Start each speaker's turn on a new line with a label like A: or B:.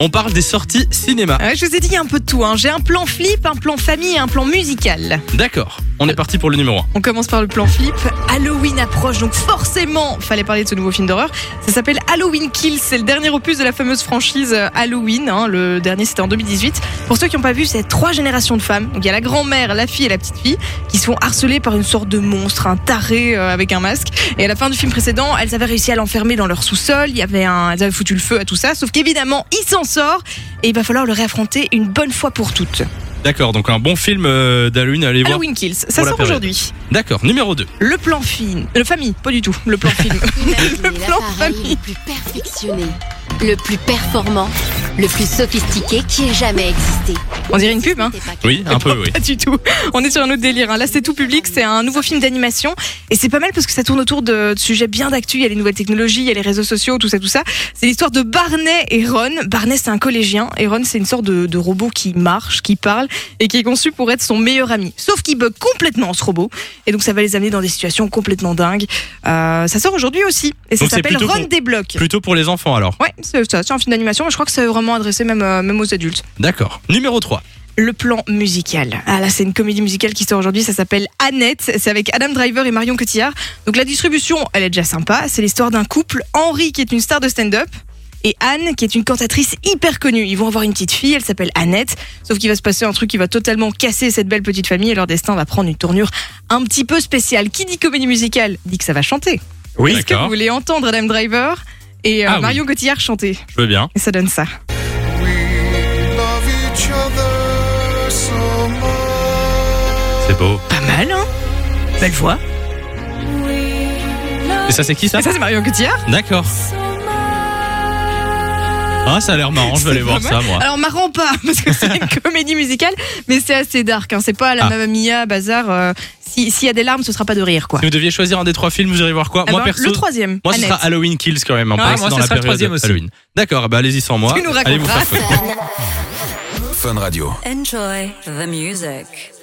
A: On parle des sorties cinéma.
B: Ouais, je vous ai dit, il y a un peu de tout. hein. J'ai un plan flip, un plan famille, et un plan musical.
A: D'accord, on est parti pour le numéro 1.
B: On commence par le plan flip. Halloween approche, donc forcément, fallait parler de ce nouveau film d'horreur. Ça s'appelle Halloween Kills. C'est le dernier opus de la fameuse franchise euh, Halloween. hein. Le dernier, c'était en 2018. Pour ceux qui n'ont pas vu, c'est trois générations de femmes. Donc, Il y a la grand-mère, la fille et la petite fille qui sont harcelées par une sorte de monstre, un taré euh, avec un masque. Et à la fin du film précédent, elles avaient réussi à l'enfermer dans leur sous-sol. Il y avait un, elles avaient foutu le feu à tout ça. Sauf qu'évidemment, il s'en sort et il va falloir le réaffronter une bonne fois pour toutes.
A: D'accord, donc un bon film euh, d'Halloween, allez voir.
B: Halloween Kills, ça
A: Pour la
B: sort
A: période.
B: aujourd'hui.
A: D'accord, numéro 2.
B: Le plan film, le famille, pas du tout, le plan film.
C: Imaginez
B: Le plan
C: l'appareil
B: famille.
C: le plus perfectionné, le plus performant, le plus sophistiqué qui ait jamais existé.
B: On dirait une pub, hein
C: C'était pas que-
A: Oui, un peu, oui.
B: Pas du tout. On est sur un autre délire. hein. Là, c'est tout public. C'est un nouveau film d'animation. Et c'est pas mal parce que ça tourne autour de, de sujets bien d'actu. Il y a les nouvelles technologies, il y a les réseaux sociaux, tout ça, tout ça. C'est l'histoire de Barney et Ron. Barney, c'est un collégien. Et Ron, c'est une sorte de, de robot qui marche, qui parle et qui est conçu pour être son meilleur ami. Sauf qu'il bug complètement ce robot. Et donc, ça va les amener dans des situations complètement dingues. Euh, ça sort aujourd'hui aussi. Et ça
A: Donc, c'est
B: s'appelle
A: plutôt
B: Ron
A: pour-
B: débloque.
A: Plutôt pour les enfants alors.
B: Ouais, c'est ça. C'est un film d'animation. mais Je crois que c'est vraiment adressé même, euh, même aux adultes.
A: D'accord, numéro 3.
B: Le plan musical. Ah là, c'est une comédie musicale qui sort aujourd'hui, ça s'appelle Annette. C'est avec Adam Driver et Marion Cotillard. Donc la distribution, elle est déjà sympa. C'est l'histoire d'un couple, Henri qui est une star de stand-up. Et Anne, qui est une cantatrice hyper connue. Ils vont avoir une petite fille, elle s'appelle Annette. Sauf qu'il va se passer un truc qui va totalement casser cette belle petite famille et leur destin va prendre une tournure un petit peu spéciale. Qui dit comédie musicale dit que ça va chanter. Est-ce que vous
A: d'accord,
B: voulez entendre Adam Driver et euh,
A: Ah oui.
B: Marion Cotillard chanter
A: je veux bien.
B: Et ça donne ça.
D: love each other so much.
A: C'est beau.
B: Pas mal, hein Belle voix.
A: Et ça, c'est qui ça
B: Et ça, c'est Marion Cotillard.
A: D'accord. Ah, ça a l'air marrant, je vais aller voir ça moi.
B: Alors marrant pas parce que c'est une comédie musicale, mais c'est assez dark. hein. C'est pas la
A: Ah.
B: Mamma Mia, bazar. euh, si- S'il y a des larmes, ce sera pas de rire quoi.
A: Si vous deviez choisir un des trois films, vous irez voir quoi
B: Ah
A: Moi
B: ben,
A: perso,
B: le troisième.
A: moi ce
B: Annette.
A: sera Halloween Kills quand même. hein, pour
E: Ah,
A: rester
E: moi,
A: dans
E: ce
A: la
E: sera le
A: période
E: troisième aussi.
A: Halloween. D'accord, bah allez-y sans moi.
B: Tu nous
A: allez vous faire
B: raconteras.
A: foutre.
D: Fun Radio.
F: Enjoy the music.